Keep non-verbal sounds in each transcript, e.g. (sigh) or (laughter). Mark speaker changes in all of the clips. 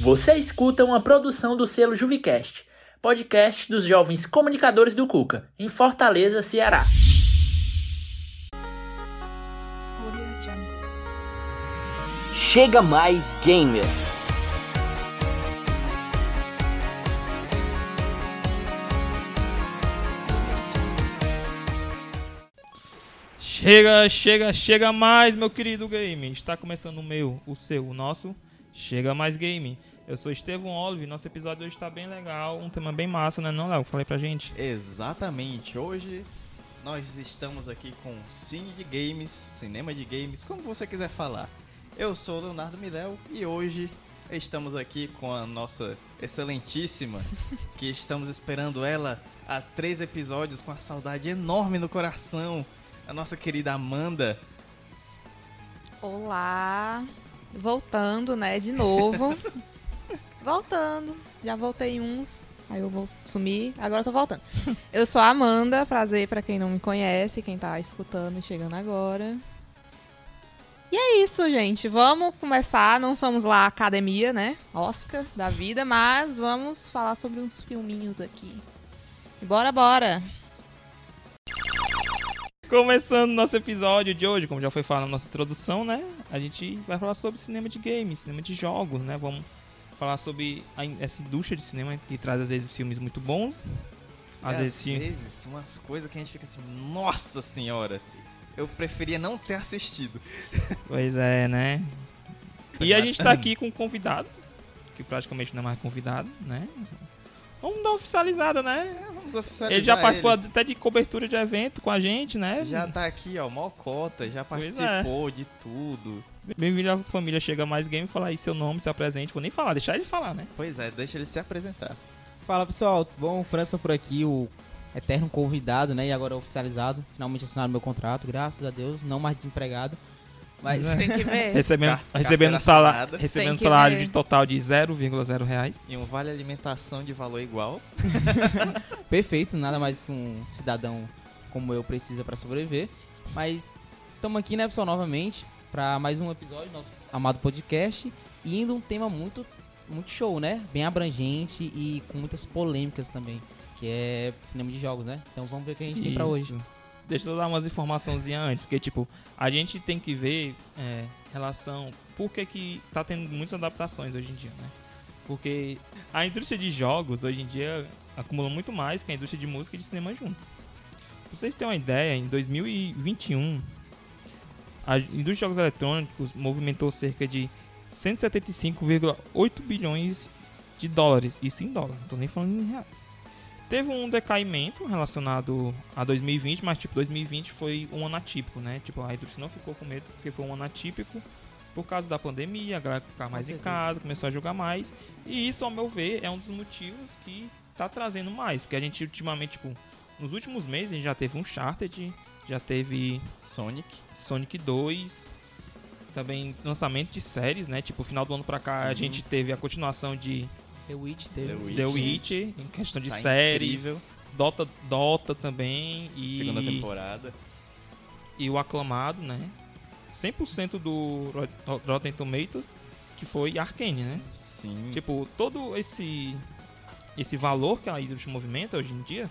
Speaker 1: Você escuta uma produção do selo Juvicast, podcast dos jovens comunicadores do Cuca, em Fortaleza, Ceará.
Speaker 2: Chega mais gamer.
Speaker 3: Chega, chega, chega mais, meu querido game. Está começando o meu, o seu, o nosso. Chega mais game. Eu sou Estevão Olive. Nosso episódio hoje está bem legal, um tema bem massa, né? Não, Léo? Falei pra gente.
Speaker 4: Exatamente. Hoje nós estamos aqui com Cine de Games, Cinema de Games, como você quiser falar. Eu sou o Leonardo Miléo e hoje estamos aqui com a nossa
Speaker 3: (laughs)
Speaker 4: excelentíssima, que estamos esperando ela há três episódios com a saudade enorme no coração, a nossa querida Amanda.
Speaker 5: Olá, voltando, né, de novo. voltando, já voltei uns, aí eu vou sumir, agora eu tô voltando. Eu sou a Amanda, prazer pra quem não me conhece, quem tá escutando e chegando agora. E é isso, gente, vamos começar, não somos lá a academia, né, Oscar da vida, mas vamos falar sobre uns filminhos aqui. E Bora, bora!
Speaker 3: Começando nosso episódio de hoje, como já foi falado na nossa introdução, né? A gente vai falar sobre cinema de games, cinema de jogos, né? Vamos falar sobre a in- essa indústria de cinema que traz às vezes filmes muito bons, às
Speaker 4: É,
Speaker 3: vezes filmes.
Speaker 4: vezes, umas coisas que a gente fica assim, nossa senhora, eu preferia não ter assistido.
Speaker 3: Pois é, né? E a gente tá aqui com um convidado, que praticamente não é mais convidado, né? Vamos dar uma oficializada, né?
Speaker 4: É, vamos oficializar
Speaker 3: Ele já participou
Speaker 4: ele.
Speaker 3: até de cobertura de evento com a gente, né?
Speaker 4: Já tá aqui, ó, mocota, já
Speaker 3: Pois é.
Speaker 4: participou de tudo.
Speaker 3: Bem-vindo à família Chega Mais Game, falar aí seu nome, se apresente. Vou nem falar, deixar ele falar, né?
Speaker 4: Pois é, deixa ele se apresentar.
Speaker 6: Fala pessoal, tudo bom? França por aqui, o eterno convidado, né? E agora oficializado. Finalmente assinaram meu contrato, graças a Deus. Não mais desempregado. Mas
Speaker 5: Tem que ver.
Speaker 3: Recebendo,
Speaker 4: Car-
Speaker 3: recebendo,
Speaker 4: carteira
Speaker 3: sala,
Speaker 4: assinada.
Speaker 5: Tem
Speaker 3: recebendo
Speaker 5: que
Speaker 3: salário
Speaker 5: ver.
Speaker 3: de total de 0,0 reais.
Speaker 4: E um vale alimentação de valor igual.
Speaker 6: perfeito, nada mais que um cidadão como eu precisa pra sobreviver. Mas estamos aqui, né, pessoal, novamente, pra mais um episódio do nosso amado podcast. E indo um tema muito, muito show, né? Bem abrangente e com muitas polêmicas também. Que é cinema de jogos, né? Então vamos ver o que a gente tem pra hoje.
Speaker 3: Isso. Deixa eu dar umas informaçãozinhas antes, porque, tipo, a gente tem que ver é, relação. Por que que tá tendo muitas adaptações hoje em dia, né? Porque a indústria de jogos hoje em dia acumula muito mais que a indústria de música e de cinema juntos. Pra vocês terem uma ideia, em 2021, a indústria de jogos eletrônicos movimentou cerca de 175,8 bilhões de dólares. Isso em dólar, não tô nem falando em real. Teve um decaimento relacionado a 2020, mas tipo, 2020 foi um ano atípico, né? Tipo, a indústria não ficou com medo porque foi um ano atípico por causa da pandemia, a galera ficar mais em
Speaker 6: certeza.
Speaker 3: casa, começou a jogar mais. E isso, ao meu ver, é um dos motivos que tá trazendo mais. Porque a gente ultimamente, tipo, nos últimos meses a gente já teve um Uncharted, já teve
Speaker 4: Sonic.
Speaker 3: Sonic 2, também lançamento de séries, né? Tipo, final do ano pra cá a
Speaker 4: Sim.
Speaker 3: gente teve a continuação de
Speaker 6: The Witch teve.
Speaker 4: The Witch.
Speaker 3: The Witch, em questão de
Speaker 4: tá
Speaker 3: série,
Speaker 4: Incrível.
Speaker 3: Dota, Dota também e
Speaker 4: Segunda temporada.
Speaker 3: e o aclamado, né? 100% do Rot- Rotten Tomatoes, que foi Arkane, né?
Speaker 4: Sim.
Speaker 3: Tipo, todo esse esse valor que a indústria movimenta é hoje em dia,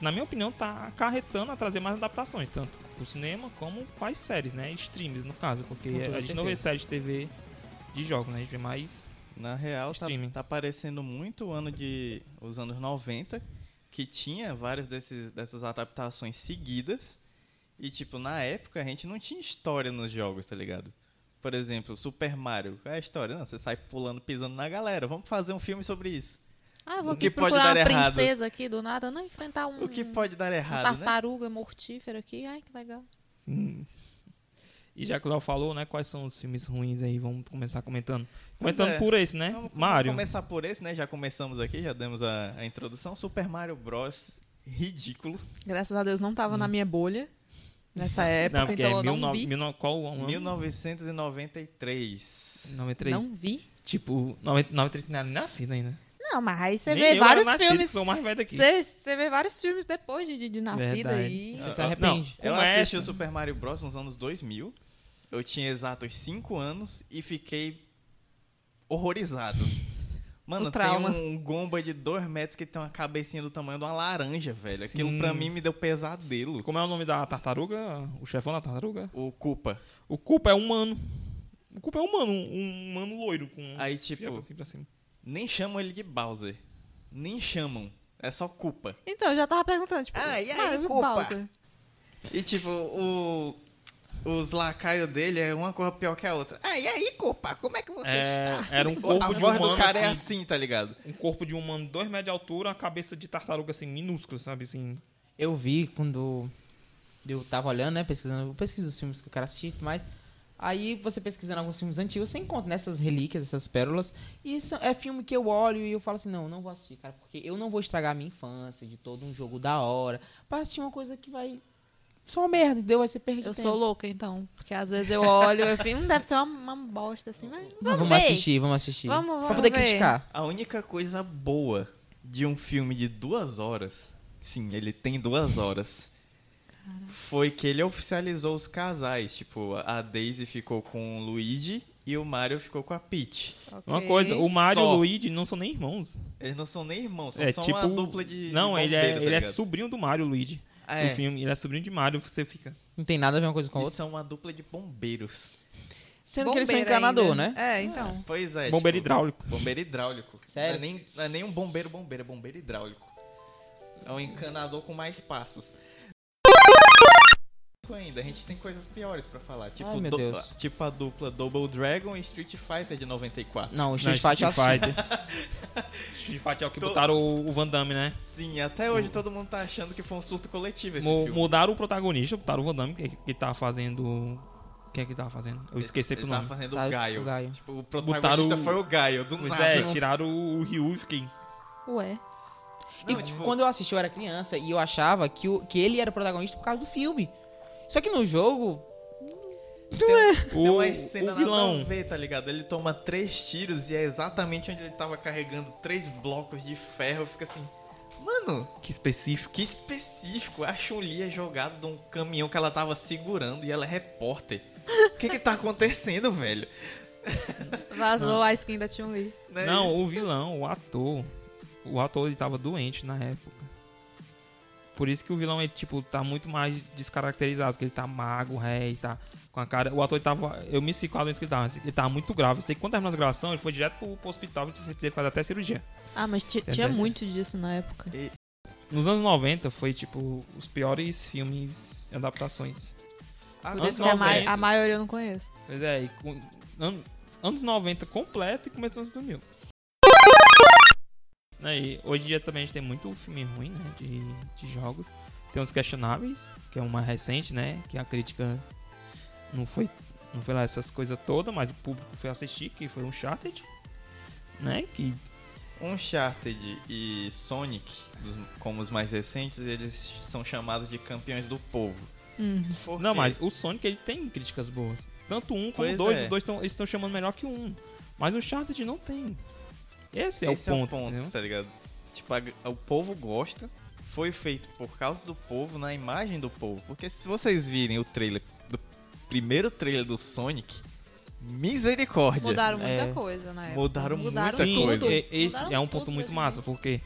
Speaker 3: na minha opinião, tá acarretando a trazer mais adaptações, tanto pro cinema como para as séries, né? Streams, no caso, porque
Speaker 6: Com
Speaker 3: a gente
Speaker 6: toda
Speaker 3: não vê
Speaker 6: certeza.
Speaker 3: séries de TV de jogos, né? A gente vê mais...
Speaker 4: Na real, tá,
Speaker 3: Streaming.
Speaker 4: tá parecendo muito o ano de. os anos 90, que tinha várias desses, dessas adaptações seguidas. E, tipo, na época a gente não tinha história nos jogos, tá ligado? Por exemplo, Super Mario. Qual é a história? Não, você sai pulando, pisando na galera. Vamos fazer um filme sobre isso.
Speaker 5: Ah, eu vou
Speaker 4: O que
Speaker 5: aqui
Speaker 4: pode
Speaker 5: procurar
Speaker 4: dar
Speaker 5: uma
Speaker 4: errado?
Speaker 5: princesa aqui do nada, não enfrentar um...
Speaker 4: O que pode dar
Speaker 5: Uma
Speaker 4: errado, né?
Speaker 5: tartaruga mortífera aqui. Ai, que legal.
Speaker 3: assim, E já que o Léo falou, né? Quais são os filmes ruins aí? Vamos começar comentando.
Speaker 4: Pois
Speaker 3: Começando
Speaker 4: é.
Speaker 3: por esse, né?
Speaker 4: Vamos
Speaker 3: Mario.
Speaker 4: começar por esse, né? Já começamos aqui, já demos a, a introdução. Super Mario Bros. Ridículo.
Speaker 5: Graças a Deus não tava na minha bolha nessa época,
Speaker 3: Hum. Não, porque
Speaker 5: então
Speaker 3: é
Speaker 5: eu não
Speaker 3: 19
Speaker 5: vi.
Speaker 3: 19 qual o ano?
Speaker 4: 1993.
Speaker 3: 93.
Speaker 5: Não vi.
Speaker 3: Tipo, 93 não era nem nascido ainda.
Speaker 5: Não, mas aí você
Speaker 3: Nem eu
Speaker 5: vê
Speaker 3: era
Speaker 5: vários
Speaker 3: nascido,
Speaker 5: filmes.
Speaker 3: Sou mais velho daqui.
Speaker 5: Você, você vê vários filmes depois de, de, de nascida
Speaker 3: Verdade.
Speaker 5: aí.
Speaker 6: Você se
Speaker 4: Ah,
Speaker 6: arrepende.
Speaker 3: não.
Speaker 4: Eu
Speaker 3: Começa.
Speaker 4: assisti o Super Mario Bros. nos anos 2000. Eu tinha exatos 5 anos e fiquei
Speaker 5: (laughs)
Speaker 4: horrorizado. Mano,
Speaker 5: O trauma.
Speaker 4: tem um gomba de dois metros que tem uma cabecinha do tamanho de uma laranja, velho. Aquilo
Speaker 3: Sim.
Speaker 4: pra mim me deu pesadelo.
Speaker 3: Como é o nome da tartaruga? O chefão da tartaruga?
Speaker 4: O Culpa.
Speaker 3: O Culpa é humano. O Culpa é humano, um humano loiro com
Speaker 4: Aí,
Speaker 3: uns
Speaker 4: tipo,
Speaker 3: fiapos assim pra cima.
Speaker 4: Nem chamam ele de Bowser. Nem chamam. É só Culpa.
Speaker 5: Então, eu já tava perguntando, tipo,
Speaker 4: Ah, e aí,
Speaker 5: mano,
Speaker 4: culpa?
Speaker 5: Bowser.
Speaker 4: E tipo, o. Os lacaios dele é uma coisa pior que a outra. Ah, e aí, Culpa? Como é que você
Speaker 3: É,
Speaker 4: está?
Speaker 3: era um
Speaker 4: a
Speaker 3: corpo de
Speaker 4: voz
Speaker 3: humano
Speaker 4: do cara é
Speaker 3: assim,
Speaker 4: assim, tá ligado?
Speaker 3: um corpo de um humano de 2 metros de altura, uma cabeça de tartaruga assim minúscula, sabe assim.
Speaker 6: Eu vi quando eu tava olhando, né? Pesquisando, eu pesquiso os filmes que eu quero assistir e tudo mais. Aí você pesquisando alguns filmes antigos, você encontra nessas relíquias, essas pérolas. E isso é filme que eu olho e eu falo assim, não, não vou assistir, cara, porque eu não vou estragar a minha infância de todo um jogo da hora. Pra assistir uma coisa que vai. Só uma merda, entendeu? Vai ser perdido.
Speaker 5: Eu sou louca, então. Porque às vezes eu olho, eu fico, hum, deve ser uma, uma bosta assim, mas vamos,
Speaker 6: Vamos,
Speaker 5: ver.
Speaker 6: assistir, vamos assistir.
Speaker 5: Vamos- vamos
Speaker 6: pra poder
Speaker 5: ver.
Speaker 6: criticar.
Speaker 4: A única coisa boa de um filme de duas horas, sim, ele tem duas horas, foi que ele oficializou os casais. Tipo, a Daisy ficou com o Luigi e o Mario ficou com a Peach.
Speaker 5: Ok.
Speaker 3: É Uma coisa, o Mario e
Speaker 4: Só.
Speaker 3: o Luigi não são nem irmãos.
Speaker 4: Eles não são nem irmãos, são
Speaker 3: É
Speaker 4: só
Speaker 3: tipo
Speaker 4: uma dupla de.
Speaker 3: Não,
Speaker 4: de
Speaker 3: ele é,
Speaker 4: bombeiro, tá
Speaker 3: ele é
Speaker 4: ligado?
Speaker 3: sobrinho do Mario, o Luigi.
Speaker 4: Ah,
Speaker 3: no
Speaker 4: é.
Speaker 3: filme, ele é sobrinho de Mario, você fica.
Speaker 6: Não tem nada a ver uma coisa com a
Speaker 4: Eles
Speaker 6: outra.
Speaker 4: são é uma dupla de bombeiros.
Speaker 6: Sendo que eles são
Speaker 5: Bombeiro
Speaker 6: encanador,
Speaker 5: ainda.
Speaker 6: né?
Speaker 5: É, então.
Speaker 4: Pois é.
Speaker 3: Bombeiro
Speaker 4: tipo,
Speaker 3: hidráulico.
Speaker 4: Bombeiro hidráulico.
Speaker 6: Sério?
Speaker 4: Não é, nem, não é nem um bombeiro bombeiro, é bombeiro hidráulico. É um encanador com mais passos. Ainda, a gente tem coisas piores pra falar. Tipo,
Speaker 6: Ai, meu
Speaker 4: do-
Speaker 6: Deus.
Speaker 4: tipo a dupla Double Dragon e Street Fighter de 94.
Speaker 6: Não, o
Speaker 3: Não,
Speaker 6: Street Fighter eu
Speaker 4: (laughs)
Speaker 6: assisti.
Speaker 3: Street Fighter é o que
Speaker 4: é assim. Tô-
Speaker 3: botaram o, o Van Damme, né?
Speaker 4: Sim, até hoje todo mundo tá achando que foi um surto coletivo esse
Speaker 3: Mu-
Speaker 4: filme.
Speaker 3: mudaram o protagonista, botaram o Van Damme, que, que tá fazendo. Quem é que tá fazendo? Eu esqueci
Speaker 4: Ele
Speaker 3: pro
Speaker 4: tava
Speaker 3: nome.
Speaker 4: fazendo
Speaker 6: Tá,
Speaker 4: o Gaio.
Speaker 6: o Gaio.
Speaker 4: Tipo, o protagonista
Speaker 3: Botaram o-
Speaker 4: foi o Gaio, do
Speaker 3: Pois
Speaker 4: nada.
Speaker 3: é, tiraram o, o Ryu e fiquei.
Speaker 5: Ué.
Speaker 4: Não,
Speaker 6: e
Speaker 4: tipo-
Speaker 6: quando eu assisti, eu era criança e eu achava que, o, que ele era o protagonista por causa do filme. Só que no jogo.
Speaker 4: Tem
Speaker 3: O,
Speaker 4: uma cena
Speaker 3: o
Speaker 4: nada a
Speaker 3: vilão.
Speaker 4: ver, tá ligado? Ele toma três tiros e é exatamente onde ele tava carregando três blocos de ferro. Fica assim, mano,
Speaker 3: Que específico.
Speaker 4: que específico. A Chun-Li é jogada de um caminhão que ela tava segurando e ela é repórter. O que que tá acontecendo, velho?
Speaker 5: Vazou
Speaker 3: Ah.
Speaker 5: a skin da Chun-Li.
Speaker 4: Não é
Speaker 3: Não,
Speaker 4: isso?
Speaker 3: o vilão, o ator. O ator ele tava doente na época. Por isso que o vilão ele, tipo, tá muito mais descaracterizado, porque ele tá magro, ré, e tá com a cara. O ator ele tava. Eu me sei qual a doença que ele tava. Ele tava muito grave. Eu sei que quando terminou a gravação, ele foi direto pro, pro hospital e teve que fazer até cirurgia.
Speaker 5: Ah, mas ti- tinha
Speaker 3: Verdade.
Speaker 5: muito disso na época.
Speaker 3: Nos anos 90 foi, tipo, os piores filmes e adaptações.
Speaker 4: Ah,
Speaker 5: Por
Speaker 3: Anos
Speaker 5: isso que é a, ma-
Speaker 3: 90.
Speaker 5: a maioria eu não conheço.
Speaker 3: Pois é, e com, an- anos 90 completo e começou anos 2000. Né, E hoje em dia também a gente tem muito filme ruim, né, de, de jogos. Tem os Questionáveis, que é uma recente, né, que a crítica não foi, não foi lá essas coisas todas, mas o público foi assistir, que foi um Charted, né, que
Speaker 4: Uncharted e Sonic, dos- como os mais recentes, eles são chamados de campeões do povo. Por
Speaker 3: Não,
Speaker 4: quê?
Speaker 3: mas o Sonic ele tem críticas boas. Tanto um como
Speaker 4: Pois
Speaker 3: dois,
Speaker 4: é.
Speaker 3: os dois tão, eles estão chamando melhor que um. Mas o Charted não tem. Esse é
Speaker 4: Esse
Speaker 3: o ponto.
Speaker 4: é o ponto,
Speaker 3: entendeu?
Speaker 4: tá ligado? Tipo, a- o povo gosta, foi feito por causa do povo, na imagem do povo. Porque se vocês virem o trailer, do primeiro trailer do Sonic, misericórdia.
Speaker 5: Mudaram muita
Speaker 6: É.
Speaker 5: coisa na época.
Speaker 4: Mudaram muita
Speaker 3: Sim,
Speaker 4: coisa.
Speaker 5: tudo.
Speaker 3: e- esse
Speaker 5: Mudaram
Speaker 3: é um
Speaker 5: tudo
Speaker 3: ponto muito
Speaker 5: praticamente.
Speaker 6: né?
Speaker 3: massa, porque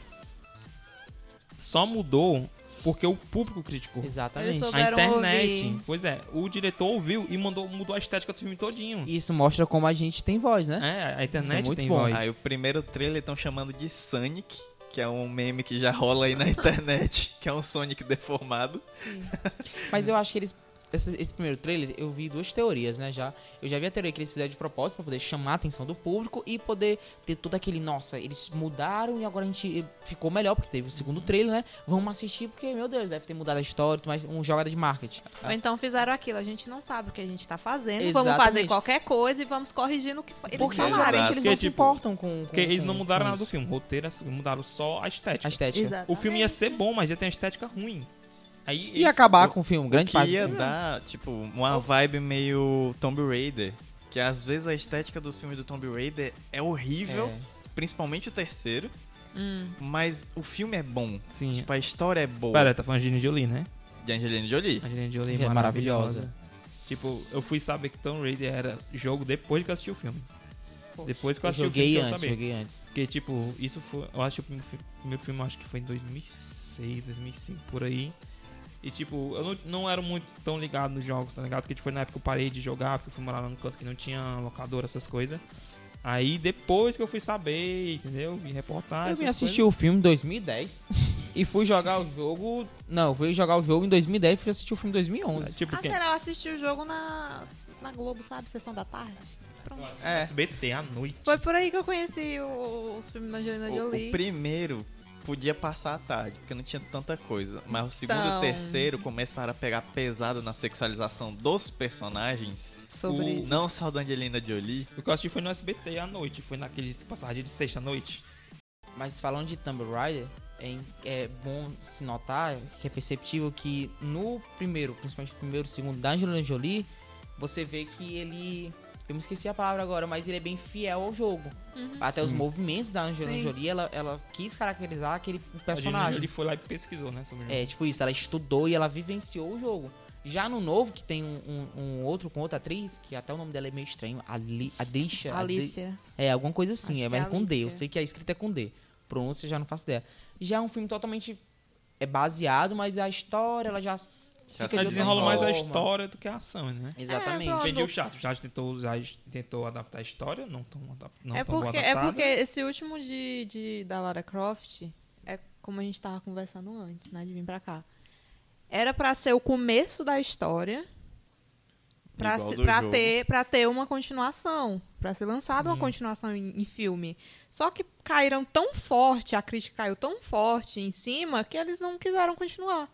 Speaker 3: só mudou porque o público criticou.
Speaker 6: Exatamente.
Speaker 5: sou-
Speaker 3: A
Speaker 5: Souberam
Speaker 3: internet,
Speaker 5: ouvir.
Speaker 3: pois é, o diretor ouviu e mandou, mudou a estética do filme todinho.
Speaker 6: Isso mostra como a gente tem voz, né?
Speaker 3: É, a
Speaker 6: Isso é
Speaker 3: internet
Speaker 6: muito
Speaker 3: tem
Speaker 6: bom.
Speaker 3: voz.
Speaker 4: Aí o primeiro trailer estão chamando de Sonic, que é um meme que já rola aí na (laughs) internet, que é um Sonic deformado.
Speaker 3: É.
Speaker 6: Mas eu acho que eles. Esse, esse primeiro trailer, eu vi duas teorias, né? Já. Eu já vi a teoria que eles fizeram de propósito pra poder chamar a atenção do público e poder ter todo aquele. Nossa, eles mudaram e agora a gente eh, ficou melhor, porque teve o segundo trailer, né? Vamos assistir, porque, meu Deus, deve ter mudado a história, mas um jogada de marketing.
Speaker 5: Ou então fizeram aquilo, a gente não sabe o que a gente tá fazendo, vamos
Speaker 6: Exatamente.
Speaker 5: fazer qualquer coisa e vamos corrigindo o que fa- eles
Speaker 6: porque
Speaker 5: falaram.
Speaker 4: exato.
Speaker 6: claramente eles não
Speaker 3: Porque,
Speaker 6: se
Speaker 3: tipo,
Speaker 6: importam com. com
Speaker 3: Porque eles
Speaker 6: com-
Speaker 3: não mudaram
Speaker 6: com
Speaker 3: nada do
Speaker 6: isso.
Speaker 3: filme. O roteiro assim, mudaram só a estética.
Speaker 6: A estética.
Speaker 3: O filme ia ser bom, mas ia ter uma estética ruim. Aí
Speaker 6: E
Speaker 3: eles-
Speaker 6: acabar com o filme, grande
Speaker 4: Que
Speaker 6: parte.
Speaker 4: ia
Speaker 6: do filme.
Speaker 4: dar, tipo, uma vibe meio Tomb Raider. Que às vezes a estética dos filmes do Tomb Raider é horrível, principalmente o terceiro.
Speaker 5: Hum.
Speaker 4: Mas o filme é bom.
Speaker 3: Sim.
Speaker 4: Tipo, a história é boa
Speaker 3: Pera, tá falando de Angelina Jolie, né?
Speaker 4: de Angelina Jolie.
Speaker 3: Angelina Jolie
Speaker 6: Que é maravilhosa.
Speaker 3: Tipo, eu fui saber que Tomb Raider era jogo depois que eu assisti o filme. Depois que eu
Speaker 6: Eu
Speaker 3: assisti
Speaker 6: joguei
Speaker 3: o filme, que
Speaker 6: antes,
Speaker 3: eu sabia.
Speaker 6: joguei antes.
Speaker 3: Porque, tipo, isso foi. Eu acho que o fi- meu filme acho que foi em 2006, 2005, por aí. E, tipo, eu não, não era muito tão ligado nos jogos, tá ligado? Porque tipo, foi na época que eu parei de jogar, porque eu fui morar lá num canto que não tinha locadora, essas coisas. Aí depois que eu fui saber, entendeu? Me reportar.
Speaker 6: eu vim
Speaker 3: essas
Speaker 6: assistir o filme em (laughs) 2010 e fui jogar o jogo. Não, fui jogar o jogo em 2010 e fui assistir o filme
Speaker 3: coisas.
Speaker 6: em 2011.
Speaker 3: Tipo,
Speaker 5: Ah,
Speaker 3: quem?
Speaker 5: será? Eu assisti o jogo na, na Globo, sabe? Sessão da tarde. Pronto.
Speaker 4: É.
Speaker 3: SBT à noite.
Speaker 5: Foi por aí que eu conheci o- os filmes da Angelina
Speaker 4: O,
Speaker 5: Jolie.
Speaker 4: o primeiro podia passar a tarde, porque não tinha tanta coisa. Mas o segundo e
Speaker 5: Então.
Speaker 4: o terceiro começaram a pegar pesado na sexualização dos personagens.
Speaker 5: sobre
Speaker 3: o-
Speaker 5: isso.
Speaker 4: Não só da Angelina Jolie.
Speaker 3: O que eu assisti foi no SBT à noite, foi naqueles passagem de sexta à noite.
Speaker 6: Mas falando de Tomb Raider, é, in- é bom se notar que é perceptível que no primeiro, principalmente no primeiro e segundo da Angelina Jolie, você vê que ele. Eu me esqueci a palavra agora, mas ele é bem fiel ao jogo. Até os movimentos da Angelina
Speaker 5: Sim.
Speaker 6: Jolie, ela, ela quis caracterizar aquele
Speaker 3: Personagem.
Speaker 6: personagem.
Speaker 3: Ele foi lá e pesquisou, né? Sobre o jogo.
Speaker 6: É, tipo isso, ela estudou e ela vivenciou o jogo. Já no novo, que tem um, um- um outro com outra atriz, que até o nome dela é meio estranho, a, Li, a Deixa. a De-
Speaker 5: Alicia.
Speaker 6: é, alguma coisa
Speaker 5: Acho
Speaker 6: assim,
Speaker 5: que
Speaker 6: é,
Speaker 5: é
Speaker 6: mas é com D. Eu
Speaker 5: Alicia.
Speaker 6: sei que a escrita é com D. Pronúncia já não faço ideia. Já é um filme totalmente é baseado, mas a história ela já, s-
Speaker 4: Já se
Speaker 6: fica de outra
Speaker 3: desenrola mais a
Speaker 6: forma.
Speaker 3: história do que a ação, né?
Speaker 6: Exatamente.
Speaker 5: É,
Speaker 3: Entendi o chato. Já tentou, já tentou adaptar a história, não tão, adap- não
Speaker 5: é,
Speaker 3: tão boa
Speaker 5: porque, é
Speaker 3: adaptada.
Speaker 5: porque esse último de, de- da Lara Croft é como a gente tava conversando antes, né? De vir pra cá. Era pra ser o começo da história. Pra,
Speaker 4: Igual
Speaker 5: se-
Speaker 4: do
Speaker 5: pra
Speaker 4: jogo.
Speaker 5: ter, pra ter uma continuação. Pra ser lançada uma continuação em, em filme. Só que caíram tão forte, a crítica caiu tão forte em cima, que eles não quiseram continuar.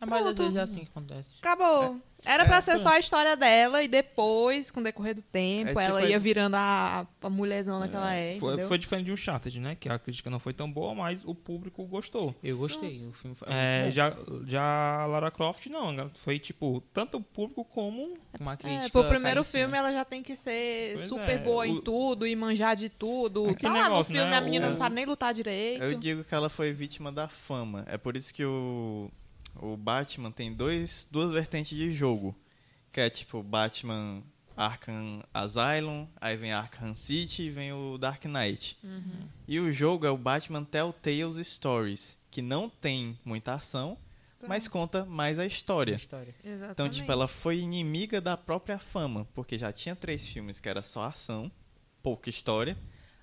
Speaker 6: A maioria das
Speaker 5: Pronto.
Speaker 6: vezes é assim que acontece.
Speaker 5: Acabou.
Speaker 4: É,
Speaker 5: Era pra ser só a história dela e depois, com o decorrer do tempo,
Speaker 4: É tipo
Speaker 5: ela
Speaker 4: a-
Speaker 5: ia virando a, a mulherzona que ela é.
Speaker 3: Foi,
Speaker 5: entendeu?
Speaker 3: foi diferente de Uncharted, né? Que a crítica não foi tão boa, mas o público gostou.
Speaker 6: Eu gostei. O filme foi
Speaker 3: É,
Speaker 6: muito bom.
Speaker 3: já, já Lara Croft, não. ela Foi, tipo, tanto o público como...
Speaker 6: uma
Speaker 5: É,
Speaker 6: crítica.
Speaker 5: pro primeiro
Speaker 6: caríssima.
Speaker 5: filme é ela já tem que ser
Speaker 3: Pois
Speaker 5: super
Speaker 3: é,
Speaker 5: boa em
Speaker 3: o-
Speaker 5: tudo e manjar de tudo.
Speaker 3: Aquele
Speaker 5: Tá lá no
Speaker 3: negócio,
Speaker 5: filme,
Speaker 3: né?
Speaker 5: a menina
Speaker 3: O-
Speaker 5: não sabe nem lutar direito.
Speaker 4: Eu digo que ela foi vítima da fama. É por isso que o, o Batman tem dois, duas vertentes de jogo. Que é tipo Batman Arkham Asylum, aí vem Arkham City e vem o Dark Knight. E o jogo é o Batman Telltale's Stories, que não tem muita ação, mas conta mais a história.
Speaker 6: História.
Speaker 5: Exatamente.
Speaker 4: Então, tipo, ela foi inimiga da própria fama, porque já tinha três filmes que era só ação, pouca história.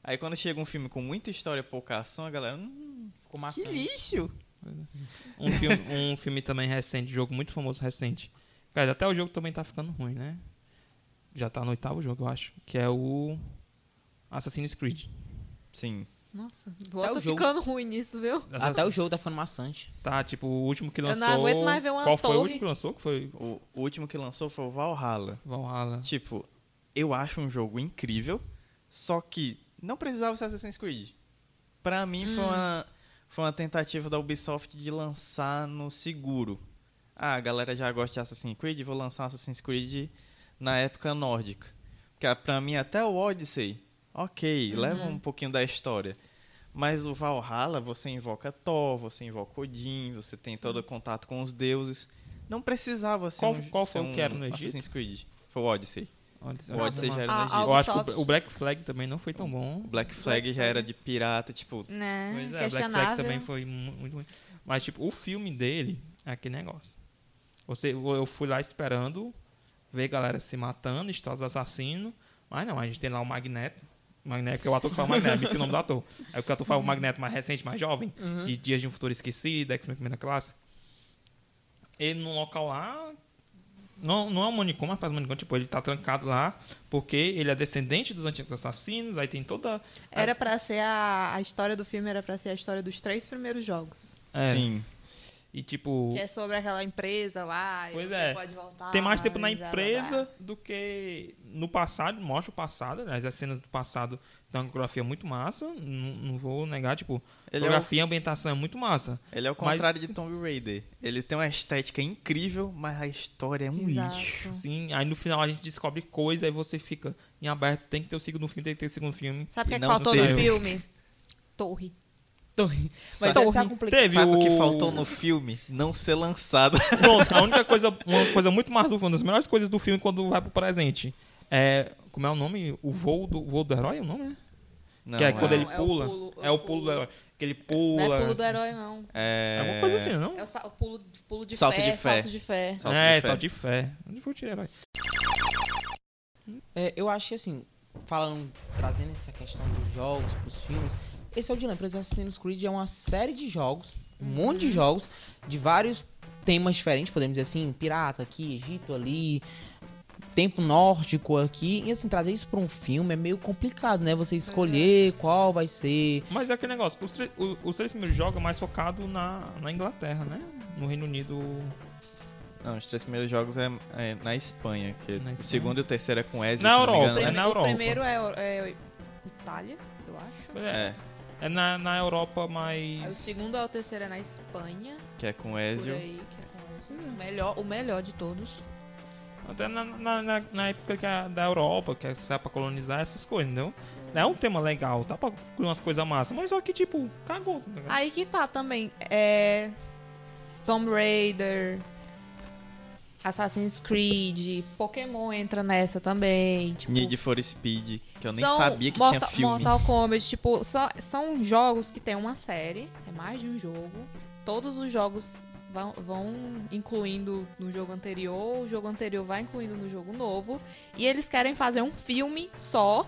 Speaker 4: Aí quando chega um filme com muita história e pouca ação, a galera, hum,
Speaker 6: Ficou
Speaker 4: que
Speaker 6: maçante.
Speaker 4: lixo!
Speaker 5: (laughs)
Speaker 3: Um filme, um filme também recente, jogo muito famoso recente. Cara, até o jogo também tá ficando ruim, né? Já tá no oitavo jogo, eu acho. Que é o Assassin's Creed.
Speaker 4: Sim.
Speaker 5: Nossa, boa,
Speaker 6: Até o
Speaker 5: tô
Speaker 6: jogo-
Speaker 5: ficando ruim nisso, viu?
Speaker 6: Até o jogo tá ficando maçante.
Speaker 3: Tá, tipo, o último que
Speaker 5: não
Speaker 3: lançou...
Speaker 5: aguento mais ver um uma
Speaker 3: Qual foi o
Speaker 5: torre.
Speaker 3: último que lançou? Que foi
Speaker 4: O, o último que lançou foi o Valhalla.
Speaker 3: Valhalla.
Speaker 4: Tipo, eu acho um jogo incrível, só que não precisava ser Assassin's Creed. Pra mim foi, uma, foi uma tentativa da Ubisoft de lançar no seguro. Ah, a galera já gosta de Assassin's Creed, vou lançar um Assassin's Creed na época nórdica. Porque ah, pra mim até o Odyssey, ok,
Speaker 3: Uhum.
Speaker 4: leva um pouquinho da história. Mas o Valhalla, você invoca Thor, você invoca Odin, você tem todo o contato com os deuses. Não precisava ser
Speaker 3: Hum. Qual-
Speaker 4: um,
Speaker 3: qual foi
Speaker 4: ser
Speaker 3: o que era
Speaker 4: um
Speaker 3: no Egito?
Speaker 4: Assassin's Creed. Foi o Odyssey.
Speaker 3: Antes-
Speaker 4: O Odyssey já era no
Speaker 5: Ah,
Speaker 4: Egito.
Speaker 5: ah,
Speaker 3: Eu acho que
Speaker 5: Ubisoft.
Speaker 3: o Black Flag também não foi tão bom.
Speaker 4: O Black Flag
Speaker 5: Black
Speaker 4: já
Speaker 5: Flag.
Speaker 4: era de pirata, tipo,
Speaker 5: Né?
Speaker 3: Pois é, Black Flag
Speaker 5: questionável.
Speaker 3: também foi mu- muito ruim. Mas, tipo, o filme dele é aquele negócio. Você, eu fui lá esperando ver galera se matando, história do assassino. Mas não, a gente tem lá o Magneto. Magneto, que é o ator que faz o Magneto, esse é o nome do ator. Aí o que o ator faz
Speaker 5: Uhum.
Speaker 3: o Magneto mais recente, mais jovem, de Dias de um Futuro Esquecido, X-Men Primeira Classe. Ele num local lá. Não, não é um manicômio, mas faz um manicômio. Tipo, ele tá trancado lá porque ele é descendente dos antigos assassinos. Aí tem toda.
Speaker 5: Era pra ser a, a história do filme, era pra ser a história dos três primeiros jogos.
Speaker 3: É,
Speaker 4: sim.
Speaker 3: E tipo.
Speaker 5: Que é sobre aquela empresa lá,
Speaker 3: Pois
Speaker 5: e você
Speaker 3: é.
Speaker 5: pode voltar.
Speaker 3: Tem mais tempo na
Speaker 5: e blá, blá,
Speaker 3: empresa
Speaker 5: blá.
Speaker 3: do que no passado, mostra o passado, aliás, as cenas do passado tem uma coreografia muito massa, não, não vou negar, tipo,
Speaker 4: Ele é
Speaker 3: coreografia e ambientação é muito massa.
Speaker 4: Ele é o
Speaker 3: Mas-
Speaker 4: contrário de Tomb Raider. Ele tem uma estética incrível, mas a história é um
Speaker 5: Exato.
Speaker 4: lixo.
Speaker 3: Sim, aí no final a gente descobre coisa, aí você fica em aberto, tem que ter o segundo filme, tem que ter o segundo filme.
Speaker 5: Sabe o que,
Speaker 4: E
Speaker 5: é que
Speaker 4: não
Speaker 5: faltou
Speaker 4: teve.
Speaker 5: no filme? Torre.
Speaker 6: Torre. Mas
Speaker 4: Sabe-
Speaker 6: essa é a
Speaker 5: Torre.
Speaker 6: complexidade.
Speaker 3: então, Teve
Speaker 4: Sabe o
Speaker 3: o-
Speaker 4: que faltou no filme? Não ser lançado.
Speaker 3: Pronto, a única coisa, uma coisa muito mais do filme, uma das melhores coisas do filme quando vai pro presente. É Como é o nome? O voo do, o voo do herói, é o nome, né?
Speaker 4: (laughs) Não,
Speaker 3: que é
Speaker 4: é,
Speaker 3: quando ele
Speaker 5: é o
Speaker 3: pula.
Speaker 5: pulo,
Speaker 3: é o pulo do herói. Que ele pula.
Speaker 5: Não é pulo do
Speaker 3: assim.
Speaker 5: herói, não.
Speaker 3: É
Speaker 4: é
Speaker 3: alguma coisa assim, não?
Speaker 5: É o, sa- o pulo, pulo de
Speaker 4: Salto
Speaker 5: fé,
Speaker 4: de fé.
Speaker 5: salto de fé.
Speaker 4: Salto
Speaker 3: é,
Speaker 4: de fé.
Speaker 3: salto de fé. Onde foi o tiro herói?
Speaker 6: É, eu acho que assim, falando, trazendo essa questão dos jogos pros filmes, esse é o dilema. Por exemplo, Assassin's Creed é uma série de jogos, um monte de jogos, de vários temas diferentes, podemos dizer assim, pirata aqui, Egito ali, tempo nórdico aqui. E assim, trazer isso pra um filme é meio complicado, né? Você escolher qual vai ser.
Speaker 3: Mas é aquele negócio. Os, tre- o- os três primeiros jogos é mais focado na, na Inglaterra, né? No Reino Unido.
Speaker 4: Não, os três primeiros jogos é, é na Espanha, que
Speaker 3: Na
Speaker 4: o
Speaker 3: Espanha.
Speaker 4: segundo e o terceiro é com Ezio,
Speaker 3: Na
Speaker 4: se não me
Speaker 3: Europa,
Speaker 5: O
Speaker 4: engano,
Speaker 3: né?
Speaker 4: né?
Speaker 5: prime-
Speaker 3: na
Speaker 5: o
Speaker 3: Europa.
Speaker 5: primeiro é, é Itália, eu acho.
Speaker 3: É,
Speaker 4: É,
Speaker 3: é na, na Europa
Speaker 5: Aí o
Speaker 3: mais.
Speaker 5: segundo é o terceiro é na Espanha.
Speaker 4: que é com
Speaker 5: Por
Speaker 4: Ezio.
Speaker 5: aí, que é com o melhor, o melhor de todos.
Speaker 3: Até na, na, na- na época que a- da Europa, que é pra colonizar essas coisas, entendeu? É um tema legal, dá pra criar umas coisas massa, mas só que, tipo, cagou.
Speaker 4: É.
Speaker 5: Aí que tá também. É. Tomb Raider. Assassin's Creed. Pokémon entra nessa também. Tipo,
Speaker 4: Need for Speed, que eu nem
Speaker 5: são
Speaker 4: sabia que
Speaker 5: Morta-
Speaker 4: tinha filme.
Speaker 5: Mortal Kombat, tipo, só- são jogos que tem uma série, é mais de um jogo. Todos os jogos vão, vão incluindo no jogo anterior, o jogo anterior vai incluindo no jogo novo. E eles querem fazer um filme só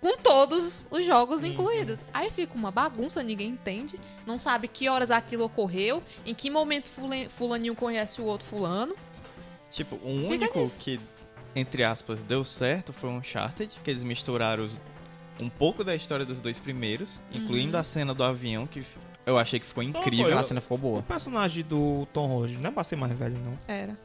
Speaker 5: com todos os jogos
Speaker 3: Sim,
Speaker 5: incluídos. Aí fica uma bagunça, ninguém entende, não sabe que horas aquilo ocorreu, em que momento fulen- fulaninho conhece o outro fulano.
Speaker 4: Tipo, o
Speaker 5: Fica
Speaker 4: único
Speaker 5: nisso.
Speaker 4: que, entre aspas, deu certo foi o Uncharted, que eles misturaram os- um pouco da história dos dois primeiros,
Speaker 5: Uhum.
Speaker 4: incluindo a cena do avião, que f- eu achei que ficou
Speaker 3: Só uma
Speaker 4: incrível.
Speaker 3: coisa.
Speaker 6: A cena ficou
Speaker 3: O
Speaker 6: boa.
Speaker 3: personagem do Tom Holland não é pra ser mais velho, não.
Speaker 5: Era.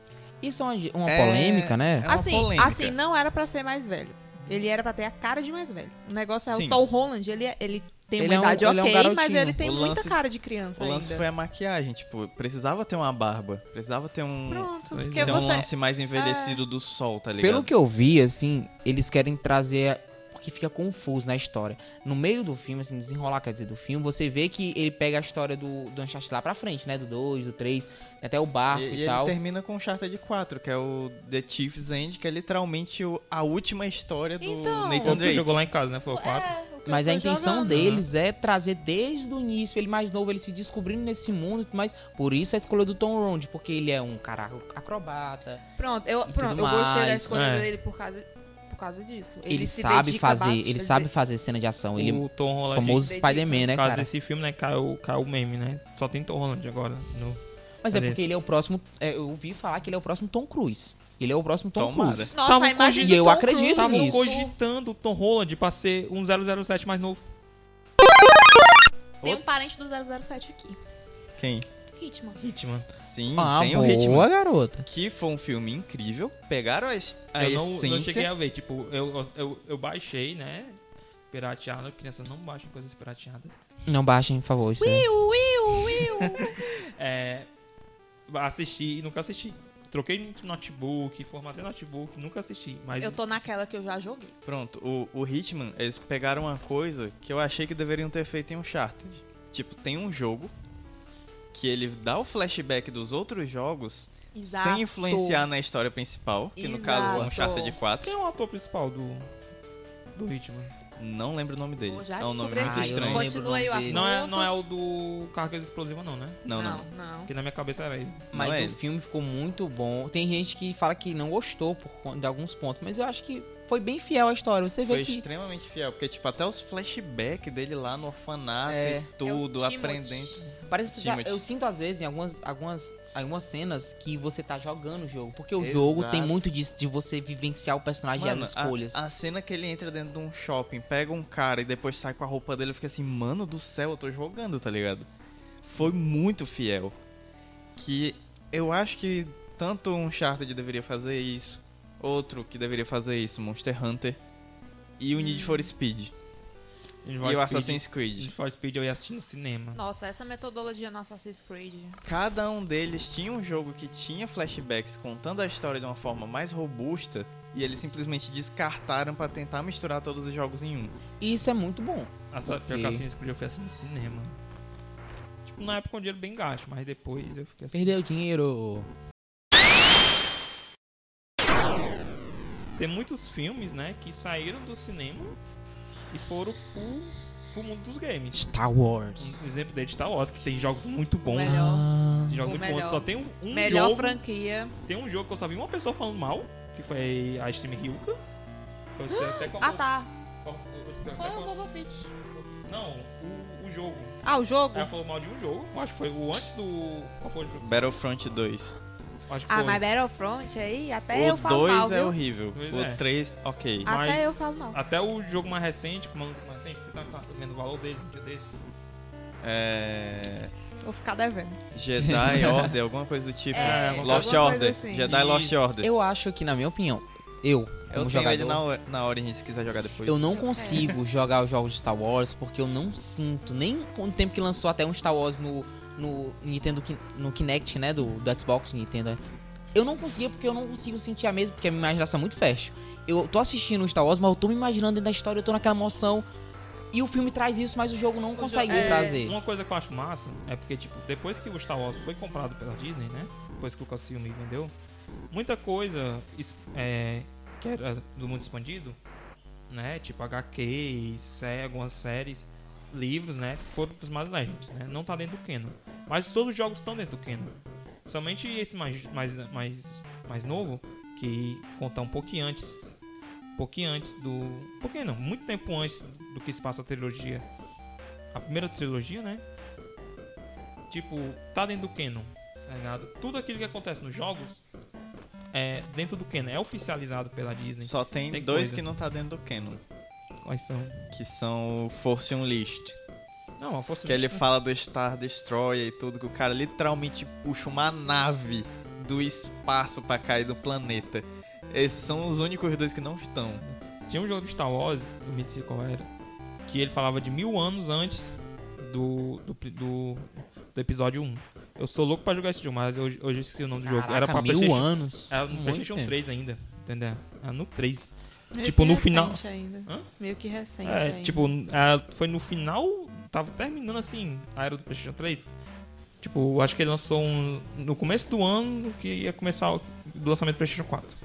Speaker 6: Isso é uma, uma
Speaker 4: É-
Speaker 6: polêmica, né?
Speaker 4: É uma
Speaker 5: assim,
Speaker 4: polêmica.
Speaker 5: assim, não era pra ser mais velho. Ele era pra ter a cara de mais velho. O negócio é
Speaker 4: Sim.
Speaker 5: o Tom Holland, ele, é- ele tem
Speaker 6: Ele
Speaker 5: uma
Speaker 6: é um-
Speaker 5: idade
Speaker 6: ele é um
Speaker 5: ok, mas
Speaker 6: garotinho.
Speaker 5: ele tem
Speaker 4: O
Speaker 5: muita
Speaker 4: lance-
Speaker 5: cara de criança
Speaker 4: O lance
Speaker 5: ainda.
Speaker 4: foi a maquiagem, tipo, precisava ter uma barba, precisava ter um,
Speaker 5: Pronto,
Speaker 3: Pois
Speaker 5: porque
Speaker 3: é.
Speaker 4: ter um
Speaker 5: você...
Speaker 4: lance mais envelhecido do sol, tá ligado?
Speaker 6: Pelo que eu vi, assim, eles querem trazer. Porque fica confuso na história. No meio do filme, assim, desenrolar, quer dizer, do filme, você vê que ele pega a história do, do Uncharted lá pra frente, né? Do 2, do 3, até o barco
Speaker 4: E,
Speaker 6: e,
Speaker 4: e ele
Speaker 6: tal.
Speaker 4: termina com o Charter 4, que é o The Chief's End, que é literalmente o- a última história do
Speaker 5: Então.
Speaker 4: Nathan
Speaker 5: Quando
Speaker 3: Quando tu
Speaker 4: Drake.
Speaker 3: jogou lá em casa, né? Foi o 4.
Speaker 5: É, o que
Speaker 6: Mas
Speaker 5: eu tô
Speaker 6: a intenção
Speaker 5: jogando.
Speaker 6: deles
Speaker 4: né?
Speaker 6: é trazer desde o início, ele mais novo, ele se descobrindo nesse mundo e tudo mais. Por isso a escolha do Tom Rond, porque ele é um cara acrobata.
Speaker 5: Pronto, eu,
Speaker 6: tudo
Speaker 5: pronto, eu gostei da
Speaker 6: mais,
Speaker 5: escolha
Speaker 3: é.
Speaker 5: dele por causa, por causa disso.
Speaker 6: Ele,
Speaker 5: se
Speaker 6: sabe
Speaker 5: dedica
Speaker 6: fazer,
Speaker 5: bastante,
Speaker 6: ele sabe fazer cena de ação. Ele
Speaker 3: O Tom
Speaker 6: é o
Speaker 3: Holland.
Speaker 6: famoso
Speaker 5: dedica.
Speaker 6: Spider-Man, né,
Speaker 3: por causa
Speaker 6: cara?
Speaker 3: desse filme, né? Caiu, caiu o meme, né? Só tem Tom Holland agora. No...
Speaker 6: Mas é
Speaker 3: Olha aí.
Speaker 6: porque ele é o próximo. é, eu ouvi falar que ele é o próximo Tom Cruise. Ele é o próximo Tom
Speaker 4: Tomara.
Speaker 6: Cruise.
Speaker 5: Nossa,
Speaker 3: Tava
Speaker 5: a imagem
Speaker 6: cogitando-
Speaker 5: do
Speaker 6: um eu
Speaker 5: Tom
Speaker 6: acredito
Speaker 5: Cruise
Speaker 3: Estavam
Speaker 6: Isso.
Speaker 4: Tá um
Speaker 3: cogitando o Tom Holland pra ser um 007 mais novo.
Speaker 5: Tem um parente do 007 aqui.
Speaker 4: Quem?
Speaker 5: Hitman.
Speaker 3: Ritmo.
Speaker 4: Sim,
Speaker 6: Ah,
Speaker 4: tem
Speaker 6: boa,
Speaker 4: o Hitman.
Speaker 6: garota.
Speaker 4: Que foi um filme incrível. Pegaram a, es- a
Speaker 3: eu não,
Speaker 4: essência.
Speaker 3: não cheguei a ver. Tipo, eu, eu, eu baixei, né? Pirateada. Crianças não baixam coisas pirateadas.
Speaker 6: Não baixem, por favor. Isso é-
Speaker 5: Will, Will, Will.
Speaker 3: É, assisti e nunca assisti. Troquei de notebook, formatei notebook, nunca assisti. Mas
Speaker 5: eu tô naquela que eu já joguei.
Speaker 4: Pronto, o, o Hitman, eles pegaram uma coisa que eu achei que deveriam ter feito em Uncharted. Tipo, tem um jogo que ele dá o flashback dos outros jogos
Speaker 5: Exato.
Speaker 4: sem influenciar na história principal, que no caso é o
Speaker 5: Exato.
Speaker 4: Uncharted 4.
Speaker 3: quem é o ator principal do, do ritmo?
Speaker 4: Não lembro o nome dele.
Speaker 5: um- Eu já
Speaker 4: é um nome
Speaker 5: descobri
Speaker 4: muito
Speaker 5: aqui.
Speaker 6: Ah, eu não
Speaker 4: estranho.
Speaker 6: lembro
Speaker 5: Continua aí o
Speaker 6: o nome
Speaker 5: assunto.
Speaker 6: dele.
Speaker 3: Não é, não é o do Cargas Explosivas, não, né?
Speaker 4: Não, não.
Speaker 5: não. É não.
Speaker 3: Porque na minha cabeça era ele.
Speaker 6: Mas
Speaker 4: Não é
Speaker 6: o
Speaker 4: ele.
Speaker 6: filme ficou muito bom. Tem gente que fala que não gostou por conta de alguns pontos, mas eu acho que foi bem fiel à história. Você vê
Speaker 4: Foi
Speaker 6: que
Speaker 4: extremamente fiel, porque, tipo, até os flashbacks dele lá no orfanato
Speaker 6: É.
Speaker 4: e tudo,
Speaker 5: É o Timothy.
Speaker 4: aprendendo.
Speaker 6: parece que tá-
Speaker 4: Timothy.
Speaker 6: eu sinto às vezes em algumas algumas algumas cenas que você tá jogando o jogo, porque o jogo tem
Speaker 4: Exato.
Speaker 6: muito disso de você vivenciar o personagem e
Speaker 4: Mano,
Speaker 6: as
Speaker 4: a-
Speaker 6: escolhas.
Speaker 4: A, cena que ele entra dentro de um shopping, pega um cara e depois sai com a roupa dele, eu fico assim, mano do céu, eu tô jogando, tá ligado? Foi muito fiel. Que eu acho que tanto um Uncharted deveria fazer isso, outro que deveria fazer isso, Monster Hunter, e o Need
Speaker 6: Hum.
Speaker 4: for Speed,
Speaker 3: Ele
Speaker 4: e o Assassin's Creed.
Speaker 3: Need for Speed eu ia assistir no cinema.
Speaker 5: Nossa, essa é metodologia no Assassin's Creed.
Speaker 4: Cada um deles tinha um jogo que tinha flashbacks contando a história de uma forma mais robusta, e eles simplesmente descartaram pra tentar misturar todos os jogos em um.
Speaker 6: E isso é muito bom.
Speaker 3: Assa-
Speaker 6: Ok.
Speaker 3: Pior que Assassin's Creed eu fui assistir no cinema. Tipo, na época o dinheiro bem gasto, mas depois eu fiquei assim.
Speaker 6: Perdeu dinheiro.
Speaker 3: Tem muitos filmes, né, que saíram do cinema e foram pro, pro mundo dos games.
Speaker 6: Star Wars.
Speaker 3: Um exemplo dele é Star Wars, que tem jogos muito bons.
Speaker 5: Melhor.
Speaker 3: Tem jogos
Speaker 5: O
Speaker 3: muito bons.
Speaker 5: melhor.
Speaker 3: Só tem um, um
Speaker 5: Melhor
Speaker 3: jogo.
Speaker 5: franquia.
Speaker 3: Tem um jogo que eu só vi uma pessoa falando mal, que foi a Steam Ryuka. Que Eu sei até qual.
Speaker 5: Ah, tá.
Speaker 3: qual- eu sei até
Speaker 5: Foi o
Speaker 3: qual- é
Speaker 5: Boba Fett.
Speaker 3: Não, o, o jogo.
Speaker 5: Ah, o jogo?
Speaker 3: Ela falou mal de um jogo, eu acho que foi o antes do. Qual foi o jogo?
Speaker 4: Battlefront 2.
Speaker 3: Acho que
Speaker 5: Ah,
Speaker 3: foi.
Speaker 5: mas Battlefront aí, até eu
Speaker 4: o
Speaker 5: falo mal,
Speaker 4: é
Speaker 5: viu? Ah.
Speaker 4: horrível.
Speaker 3: Pois
Speaker 4: o
Speaker 3: é.
Speaker 4: 3, ok.
Speaker 5: Até
Speaker 3: mas-
Speaker 5: eu falo mal.
Speaker 3: Até o jogo mais recente, como é o mais recente, você tá tá vendo o valor dele um dia desse.
Speaker 4: É.
Speaker 5: Vou ficar devendo.
Speaker 3: (laughs)
Speaker 4: Jedi Order, alguma coisa do tipo.
Speaker 5: É,
Speaker 4: Lost
Speaker 5: alguma coisa
Speaker 4: Order.
Speaker 5: assim.
Speaker 4: Jedi Lost Order.
Speaker 6: Eu acho que, na minha opinião, eu, como
Speaker 4: Eu, tenho
Speaker 6: jogador,
Speaker 4: ele na, or- na Origin se quiser jogar depois.
Speaker 6: eu não consigo (laughs) jogar os jogos de Star Wars porque eu não sinto, nem com o tempo que lançou até um Star Wars no, no Nintendo Kin- no Kinect, né, do, do Xbox Nintendo. né? Eu não conseguia porque eu não consigo sentir a mesma, porque a minha imaginação é muito fértil. Eu tô assistindo o Star Wars, mas eu tô me imaginando dentro da história, eu tô naquela emoção. E o filme traz isso, mas o jogo não consegue
Speaker 5: jogo- é.
Speaker 6: trazer.
Speaker 3: Uma coisa que eu acho massa é porque, tipo, depois que o Star Wars foi comprado pela Disney, né? Depois que o filme vendeu, muita coisa es- é, que era do mundo expandido, né? Tipo HQ, sé- algumas séries, livros, né? Foram pros mais Legends, né? Não tá dentro do Canon. Mas todos os jogos estão dentro do Canon. Somente esse mais, mais, mais, mais novo, que conta um pouquinho antes. Um pouquinho antes do. Um pouquinho não, muito tempo antes do que se passa a trilogia a primeira trilogia, né? Tipo, tá dentro do canon, tá ligado? Tudo aquilo que acontece nos jogos é dentro do canon, é oficializado pela Disney.
Speaker 4: Só tem,
Speaker 3: Tem
Speaker 4: dois
Speaker 3: coisa.
Speaker 4: que não tá dentro do canon,
Speaker 3: Quais são?
Speaker 4: que são o Force Unleashed,
Speaker 3: Não, a Força
Speaker 4: que ele fala do Star Destroyer e tudo, que o cara literalmente puxa uma nave do espaço pra cair do planeta. Esses são os únicos dois que não estão.
Speaker 3: Tinha um jogo de Star Wars, eu me esqueci qual era, que ele falava de mil anos antes do, do, do, do episódio 1. Eu sou louco pra jogar esse jogo, mas hoje, hoje eu esqueci o nome do jogo.
Speaker 6: Caraca,
Speaker 3: era pra
Speaker 6: mil
Speaker 3: PlayStation,
Speaker 6: anos. Um
Speaker 3: Era no
Speaker 6: Muito
Speaker 3: PlayStation
Speaker 6: tempo.
Speaker 3: 3 ainda, entendeu? Era no 3.
Speaker 5: Meio
Speaker 3: Tipo,
Speaker 5: que
Speaker 3: no final-
Speaker 5: recente Ainda.
Speaker 3: Hã?
Speaker 5: Meio que recente
Speaker 3: É,
Speaker 5: ainda.
Speaker 3: tipo, a- foi no final, tava terminando assim, a era do PlayStation 3. Tipo, acho que ele lançou um, no começo do ano que ia começar o do lançamento do PlayStation 4.